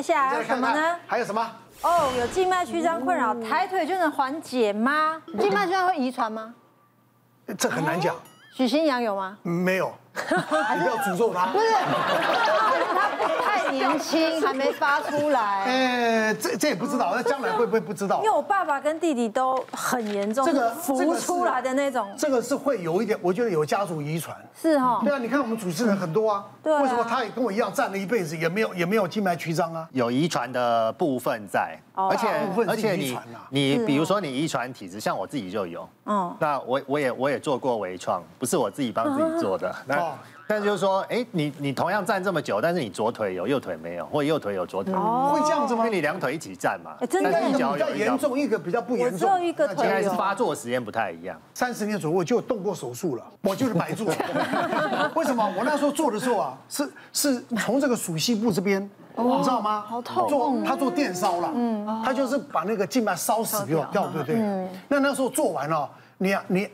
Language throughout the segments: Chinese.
下来还有什么再看呢看？还有什么？哦，有静脉曲张困扰，抬腿就能缓解吗？静脉曲张会遗传吗？这很难哦讲，许新阳有吗？没有，你不要诅咒他。他太年轻，还没发出来。哎，这这也不知道，那将来会不会不知道哦因为？我爸爸跟弟弟都很严重，这个这浮个是出来的那种，这个是会有一点，我觉得有家族遗传。是哈对。啊，你看我们主持人很多啊，哦对啊为什么他也跟我一样站了一辈子，也没有也没有静脉曲张啊？有遗传的部分在，而且大部分是而且遗你传啊啦你是哦比如说你遗传体质，像我自己就有，哦嗯，那我我也我也做过微创，不是我自己帮自己做的，哦那但就是说，哎，你你同样站这么久，但是你左腿有，右腿没有，或右腿有，左腿没有哦会这样子因吗为？你两腿一起站嘛哎，真的但一是个一脚比较有，一脚严重，一个比较不严重。我只有一个应该腿是有发作时间不太一样。三十年左右我就动过手术了， 我就是白做。 为什么？我那时候做的时候啊，是是从这个属膝部这边，你知道吗？哦好痛！做他做电烧了，嗯，他就是把那个静脉烧死掉，嗯掉对不对？那那时候做完了，你啊你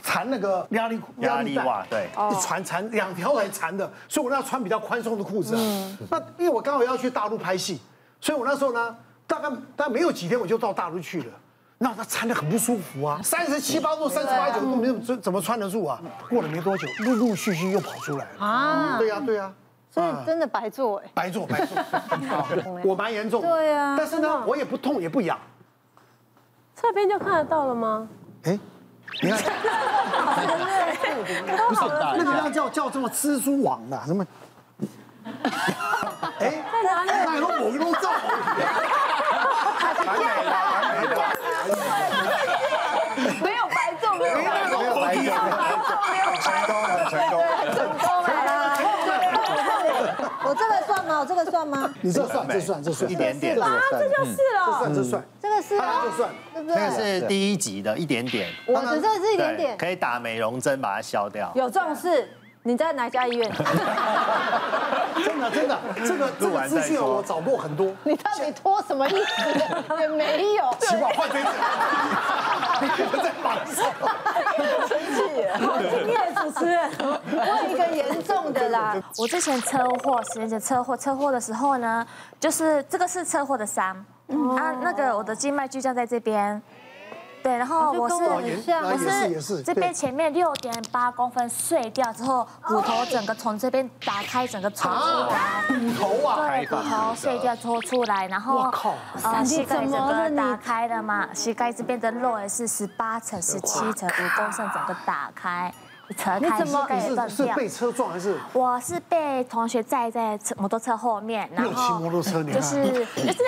缠那个压力压力带袜对哦一缠缠两条来缠的，所以我那穿比较宽松的裤子啊。嗯那因为我刚好要去大陆拍戏，所以我那时候呢，大概大概没有几天我就到大陆去了。那他穿的很不舒服啊，三十嗯七八度、三十啊八九度，你怎么怎么穿得住啊？过了没多久，陆陆续续又跑出来了啊！对呀、对呀、啊所以真的白做哎。白做白 做，我蛮严重的。对啊但是呢，我也不痛也不痒。侧边就看得到了吗？哎，你 看，都好了，那个要叫叫什么蜘蛛网啊的什么？哎，在哪里？那个我弄造。没有白做，没有白做，我这个算吗？我这个算吗？你这算这算这算一点点，啊这就是了。算这算，这个是嗯啊，这算。对不那个对？是第一集的一点点，我的这是一对，点点，可以打美容针把它消掉。有这种事？你在哪家医院？真的真的，这个这录个完再资讯啊说我找过很多。你到底脱什么意思？也没有，奇怪，换这一次，你们在忙什么？好敬业主持人，我有一个严重的啦。我之前车祸，十年前车祸，车祸的时候呢，就是这个是车祸的伤，嗯啊，那个我的静脉曲张在这边，对，然后我是哦就跟我很像我也是也是这边前面六点八公分碎掉之后，骨头整个从这边打开，整个冲出来，骨头啊，对，骨头碎掉抽出来，然后我靠呃，膝盖你整怎么了个你打开了嘛，膝盖这边的肉也是十八层、十七层，五公分整个打开，一扯你开怎膝么盖也断是是掉。被车撞还是？我是被同学载在车摩托车后面，然又骑摩托车你看就是就是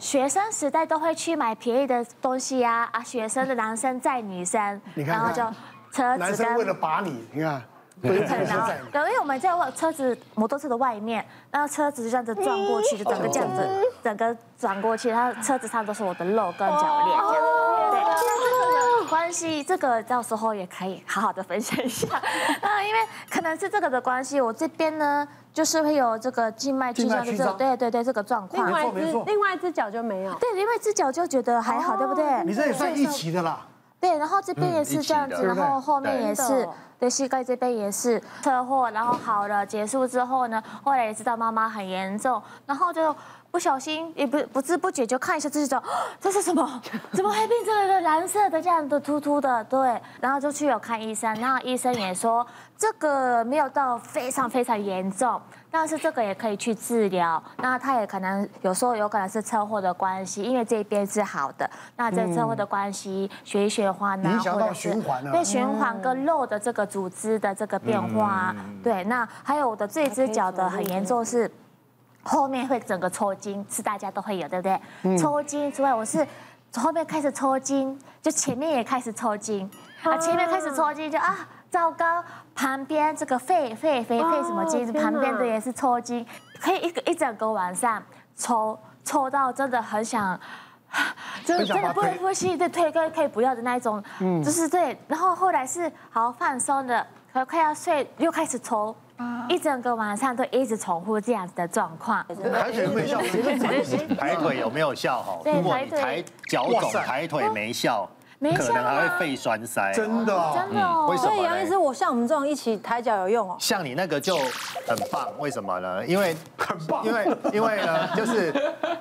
学生时代都会去买便宜的东西啊啊，学生的男生载女生，你看然后就看车男子生为了跟。把你，你看，对， 可能是然 后在，对，因为我们在外车子、摩托车的外面，然后车子就这样子转过去，就整个这样子，整个转过去，然后车子上都是我的肉跟脚链这样。哦对，那这个的关系，这个到时候也可以好好的分享一下。 那因为可能是这个的关系，我这边呢就是会有这个静脉曲张的静脉曲这个，张对对对，这个状另况。外一没错没只错，另外一只脚就没有。对，因为这脚就觉得还好，对不哦对？你这也算一起的啦。对，然后这边也是这样嗯一子，起的然后后面也真是的哦，对，膝盖这边也是车祸，然后好了，结束之后呢，后来也知道妈妈很严重，然后就不小心也不不知不觉就看一下自己说，这是什么？怎么会变成一个蓝色的这样的突突的？对，然后就去有看医生，然后医生也说这个没有到非常非常严重。但是这个也可以去治疗，那他也可能有时候有可能是车祸的关系，因为这边是好的，那这车祸的关系，血液循环啊，影响到或者是循环啊对循环跟肉的这个组织的这个变化啊，对，那还有我的这只脚的很严重是。后面会整个抽筋，是大家都会有，对不对？嗯抽筋之外，我是从后面开始抽筋，就前面也开始抽筋，啊，前面开始抽筋就啊，糟糕，旁边这个肺肺肺肺什么筋，天哪旁边的也是抽筋，可以一个一整个晚上抽抽到真的很想。真的很想嗯真的把不腿能呼吸，对，推可以可以不要的那一种，就是对。然后后来是好放松的，可快要睡又开始抽，一整个晚上都一直重复这样子的状况。嗯抬腿会笑，抬腿有没有效？哈，对如果你抬抬腿哦脚哇肿塞抬腿没效，没可效能还啊会，肺栓塞，真的哦、真的哦为。什所以么杨医嘞师，我像我们这种一起抬脚有用哦。像你那个就很棒，为什么呢？因为很棒因为因为呢，就是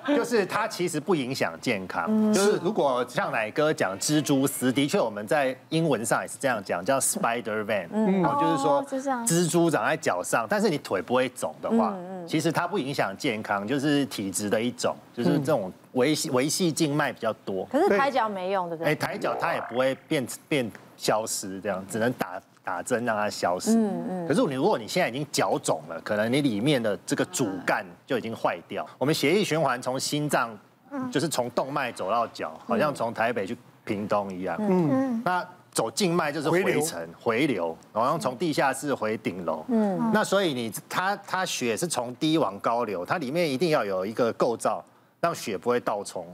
就是它其实不影响健康。就是如果像奶哥讲蜘蛛丝，的确我们在英文上也是这样讲，叫 spider van，哦就是说哦就这样蜘蛛长在脚上，但是你腿不会肿的话，其实它不影响健康，就是体质的一种，就是这种维系维系静脉比较多。可是抬脚没用，对不哎，对？抬脚它也不会变变消失，这样只能打打针让它消失。可是你如果你现在已经脚肿了，可能你里面的这个主干就已经坏掉。我们血液循环从心脏，就是从动脉走到脚，好像从台北去屏东一样。嗯，那。走静脉就是回流回程回流，然后从地下室回顶楼。嗯，那所以你它它血是从低往高流，它里面一定要有一个构造，让血不会倒冲。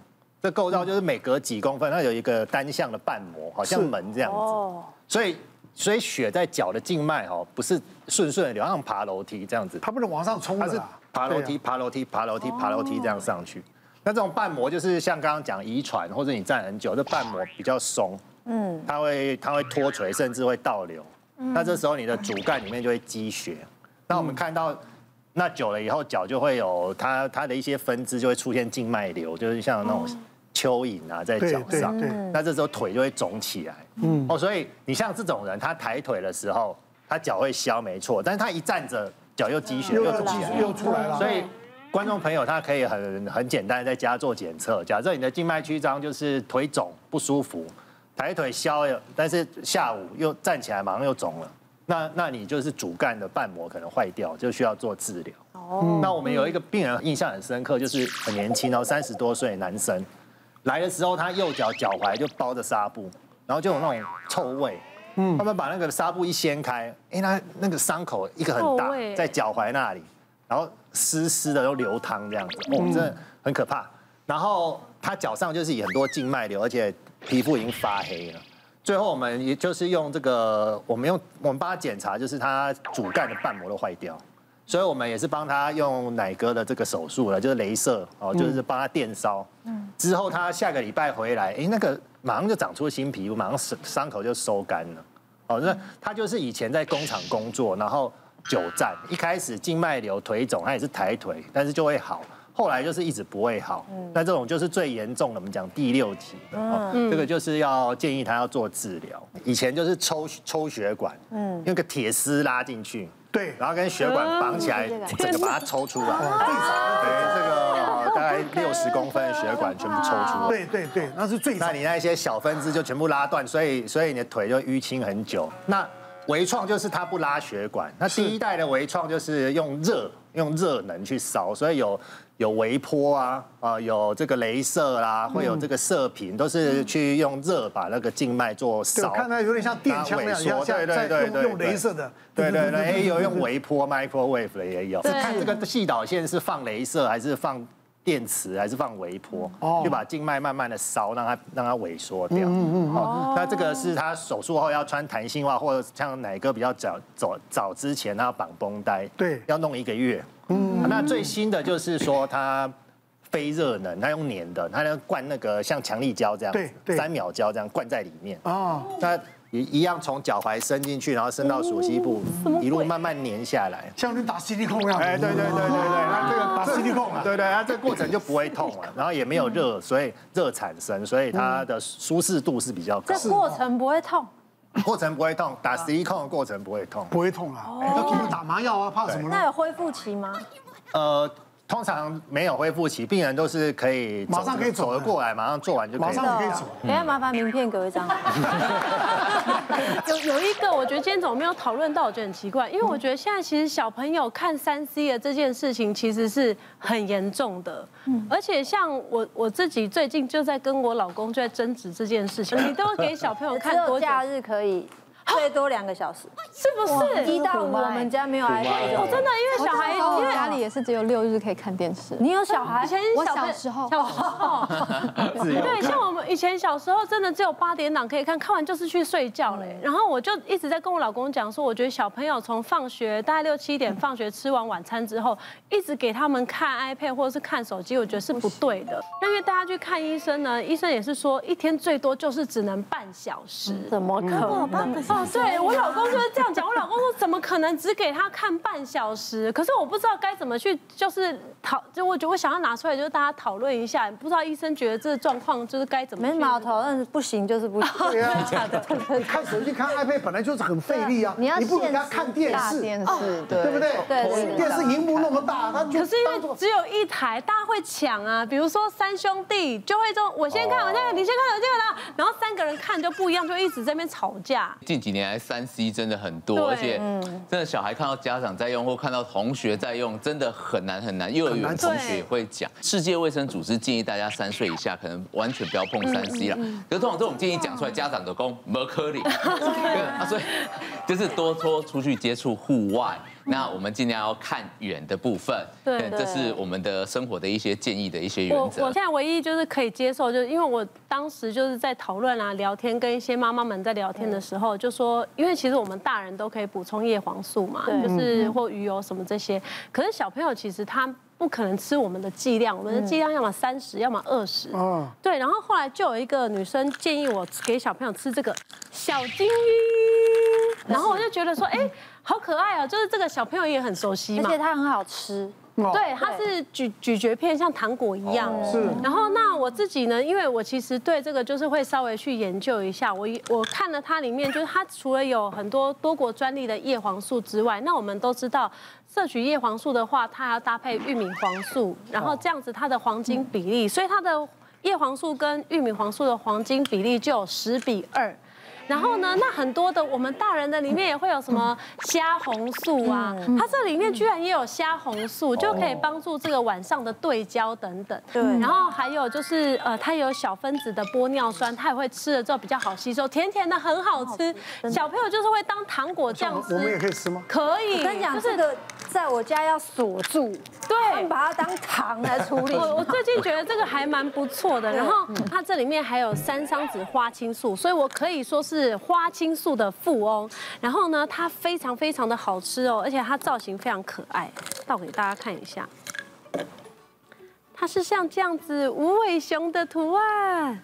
这构造就是每隔几公分它有一个单向的瓣膜，好像门这样子。哦，所以所以血在脚的静脉哦，不是顺顺的流，像爬楼梯这样子，他不能往上冲它的是啦，爬楼对梯、啊。爬楼梯、爬楼梯、爬楼梯这样上去。那这种瓣膜就是像刚刚讲遗传，或者你站很久，这瓣膜比较松，嗯，它会它会脱垂，甚至会倒流。嗯那这时候你的主干里面就会积血。那我们看到。那久了以后，脚就会有它它的一些分支就会出现静脉瘤，就是像那种蚯蚓啊，在对脚对上。哦对那这时候腿就会肿起来。嗯，哦，所以你像这种人，他抬腿的时候，他脚会消没错，但是他一站着，脚又积血，啊又又有肿技起术来。又出来了，所以观众朋友他可以很很简单地在家做检测，假设你的静脉曲张就是腿肿不舒服，抬腿消了，但是下午又站起来马上又肿了。那那你就是主干的瓣膜可能坏掉，就需要做治疗。哦，嗯那我们有一个病人印象很深刻，就是很年轻哦，然后三十多岁的男生，来的时候他右脚脚踝就包着纱布，然后就有那种臭味。嗯，他们把那个纱布一掀开，哎，那那个伤口一个很大臭味，在脚踝那里，然后湿湿的都流汤这样子，哦，嗯真的很可怕。然后他脚上就是有很多静脉瘤，而且皮肤已经发黑了。最后我们也就是用这个，我们用我们帮他检查，就是他主干的瓣膜都坏掉。所以我们也是帮他用奶哥的这个手术了，就是镭射哦，就是帮他电烧。之后他下个礼拜回来，哎，那个马上就长出新皮肤，马上伤伤口就收干了。哦，那他就是以前在工厂工作，然后久站，一开始静脉瘤腿肿，他也是抬腿，但是就会好。后来就是一直不会好，那这种就是最严重的，我们讲第六级的，哦这个就是要建议他要做治疗。以前就是抽抽血管，嗯，用个铁丝拉进去，对然后跟血管绑起来，整个把它抽出来，哦对，这个哦大概六十公分的血管全部抽出来。对对对，那是最那你那些小分支就全部拉断，所以所以你的腿就淤青很久。那微创就是它不拉血管，那第一代的微创就是用热用热能去烧，所以有有微波啊啊、有这个镭射啦、会有这个射频，都是去用热把那个静脉做对，烧。我看它有点像电枪那样，它像萎缩对像对在对用对用对镭射的，对对对，哎，有用微波 microwave 的也有，是看这个细导线是放镭射还是放电池还是放微波，就把静脉慢慢的烧，让它让它萎缩掉。哦嗯嗯哦，那这个是他手术后要穿弹性袜，或者像奶哥比较早早早之前他要绑绷带，对要弄一个月。嗯，那最新的就是说他。非热能，他用粘的，他要灌那个像强力胶这样子对，对三秒胶这样灌在里面。啊，那一一样从脚踝伸进去，然后伸哦到锁膝部，一路慢慢粘下来。像你打 CD 控一样。啊哎，对对对对对，那这个打 CD 控啊对对，它这个过程就不会痛了，然后也没有热，所以热产生，所以它的舒适度是比较高这，过程不会痛。嗯过程不会痛，打十一控的过程不会痛。不会痛啊，哦要痛就打麻药啊，怕什么那呢？有恢复期吗？呃，通常没有恢复期，病人都是可以走马上可以走走得过来，马上做完就可以马上了就可以走。哎呀，麻烦名片给我一张。 有有一个，我觉得今天怎么没有讨论到，我觉得很奇怪，因为我觉得现在其实小朋友看三 C 的这件事情其实是很严重的，嗯而且像我我自己 最近就在跟我老公就在争执这件事情，你都给小朋友只看有多久？假日可以，最多两个小时，是不是？一到五我们家没有哦挨过这我种。真的因为小孩，哦因为家里也是只有六日可以看电视。你有小孩以？前我小小朋时候小时候，自由对，看像我们以前小时候，真的只有八点档可以看，看完就是去睡觉嘞。然后我就一直在跟我老公讲说，我觉得小朋友从放学大概六七点放学吃完晚餐之后，一直给他们看 iPad 或者是看手机，我觉得是不对的。那因为大家去看医生呢，医生也是说一天最多就是只能半小时。怎么可能？哦，对我老公就是这样讲，我老公说怎么可能只给他看半小时？可是我不知道该怎么去，就是讨，就我觉得我想要拿出来，就是大家讨论一下，不知道医生觉得这个状况就是该怎么没去矛头，但是不行就是不行。对啊，你看手机看 iPad 本来就是很费力啊，你要不如给他限制看电大视，电视哦对对不对？对对对电视荧幕那么大，他就可是因当为作只有一台，大家会抢啊。比如说三兄弟就会说，我先看，我先看，你先看，我先看，然后三个人看就不一样，就一直在那边吵架。近几年来三 C 真的很对嗯多，而且真的小孩看到家长在用或看到同学在用，真的很难很难。幼儿园同学也会讲，世界卫生组织建议大家三岁以下可能完全不要嗯碰三 C 啦。可是通常这种建议讲出来，家长都讲没 颗粒，对啊所以就是多多出去接触户外。那我们尽量要看远的部分，嗯对嗯这是我们的生活的一些建议的一些我原则。我现在唯一就是可以接受，就是因为我当时就是在讨论啊、聊天，跟一些妈妈们在聊天的时候，就说，因为其实我们大人都可以补充叶黄素嘛，嗯就是或鱼油什么这些，可是小朋友其实他。不可能吃我们的剂量，我们嗯的剂量要么三十，要么二十。哦，对。然后后来就有一个女生建议我给小朋友吃这个小金鱼，然后我就觉得说，哎，好可爱哦、就是这个小朋友也很熟悉而嘛。且它很好吃，对，它是咀咀嚼片，像糖果一样。是。然后那我自己呢，因为我其实对这个就是会稍微去研究一下。我我看了它里面，就是它除了有很多多国专利的叶黄素之外，那我们都知道，摄取叶黄素的话，它还要搭配玉米黄素，然后这样子它的黄金比例，所以它的叶黄素跟玉米黄素的黄金比例就有十比二。然后呢，那很多的我们大人的里面也会有什么嗯虾红素啊，它这里面居然也有虾红素，就可以帮助这个晚上的对焦等等。哦对然后还有就是呃，它有小分子的玻尿酸，它也会吃了之后比较好吸收，甜甜的很好哦吃。小朋友就是会当糖果这样吃，我们也可以吃吗？可以。 我跟你讲，就是这个在我家要锁住，对，把它当糖来处理。 我我最近觉得这个还蛮不错的，然后它这里面还有三桑子花青素，所以我可以说是花青素的富翁。然后呢，它非常非常的好吃哦，而且它造型非常可爱，倒给大家看一下。它是像这样子无尾熊的图案，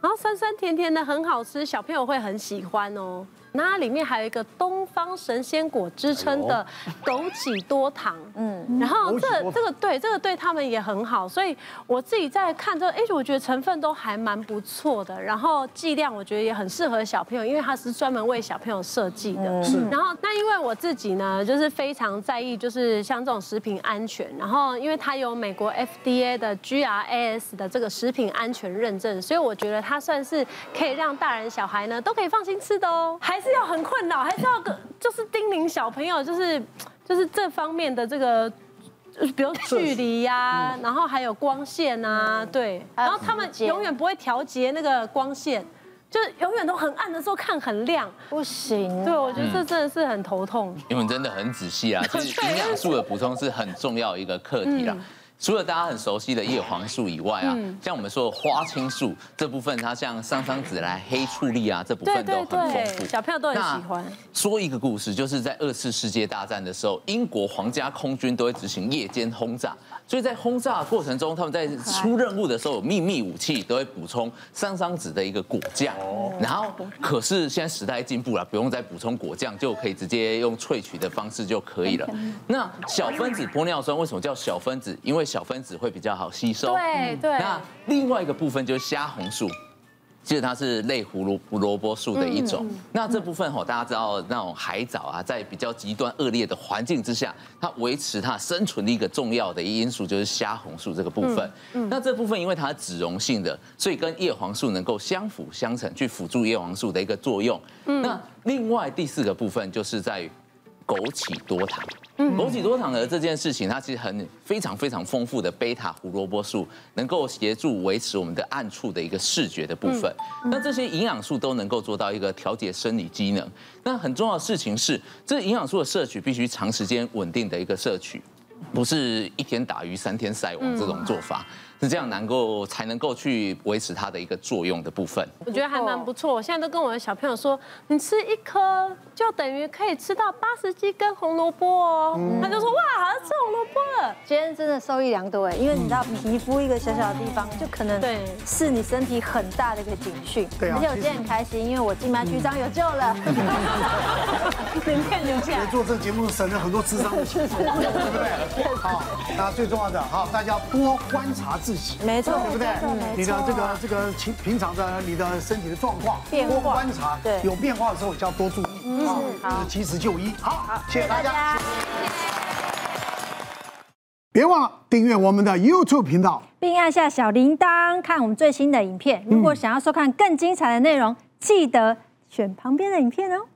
然后酸酸甜甜的，很好吃，小朋友会很喜欢哦。那它里面还有一个东方神仙果之称的枸杞多糖，嗯，然后这枸杞多糖这个对这个对他们也很好，所以我自己在看这个，哎，我觉得成分都还蛮不错的，然后剂量我觉得也很适合小朋友，因为它是专门为小朋友设计的。是。然后那因为我自己呢，就是非常在意，就是像这种食品安全，然后因为它有美国 FDA 的 GRAS 的这个食品安全认证，所以我觉得它算是可以让大人小孩呢都可以放心吃的哦，还是要很困扰，还是要个就是叮咛小朋友，就是就是这方面的这个。 就是比如距离呀、嗯然后还有光线啊，对，然后他们永远不会调节那个光线，就是永远都很暗的时候看很亮。不行，啊对，我觉得这真的是很头痛。因为真的很仔细啊，其 实对嗯营养素的补充是很重要一个课题啦。除了大家很熟悉的叶黄素以外啊，像我们说的花青素这部分，它像上桑子来、黑醋栗啊这部对分都对很丰富对，。小朋友都很喜欢。说一个故事，就是在二次世界大战的时候，英国皇家空军都会执行夜间轰炸，所以在轰炸的过程中，他们在出任务的时候有秘密武器，都会补充桑桑子的一个果酱。然后，可是现在时代进步了，不用再补充果酱，就可以直接用萃取的方式就可以了。那小分子玻尿酸为什么叫小分子？因为小分子会比较好吸收。对对嗯那另外一个部分就是虾红素，其实它是类胡萝萝卜素的一种。那这部分吼，大家知道那种海藻啊，在比较极端恶劣的环境之下，它维持它生存的一个重要的因素就是虾红素这个部分。那这部分因为它是脂溶性的，所以跟叶黄素能够相辅相成，去辅助叶黄素的一个作用。那另外第四个部分就是在于。枸杞多糖。枸杞多糖的这件事情，它其实很非常非常丰富的贝塔胡萝卜素，能够协助维持我们的暗处的一个视觉的部分。那这些营养素都能够做到一个调节生理机能。那很重要的事情是，这营养素的摄取必须长时间稳定的一个摄取。不是一天打鱼三天晒网这种做法，是这样能够才能够去维持它的一个作用的部分。我觉得还蛮不错。我现在都跟我的小朋友说，你吃一颗就等于可以吃到八十几根红萝卜哦。嗯他就说哇，好像吃红萝卜了。今天真的受益良多哎，因为你知道皮肤一个小小的地方，就可能对是你身体很大的一个警讯。对啊而且我其今实天很开心，因为我静脉曲张有救 了。影片留下。做这个节目省了很多智商的钱，对不对？好，那最重要的，好，大家多观察自己，没错对不对没错没？错你的这个这个平平常的你的身体的状况，变化多观察，对有变化的时候就要多注意，嗯好，及时就医。好，谢谢大家。别忘了订阅我们的 YouTube 频道。 并按下小铃铛看我们嗯最新的影片。如果想要收看更精彩的内容，记得选旁边的影片哦。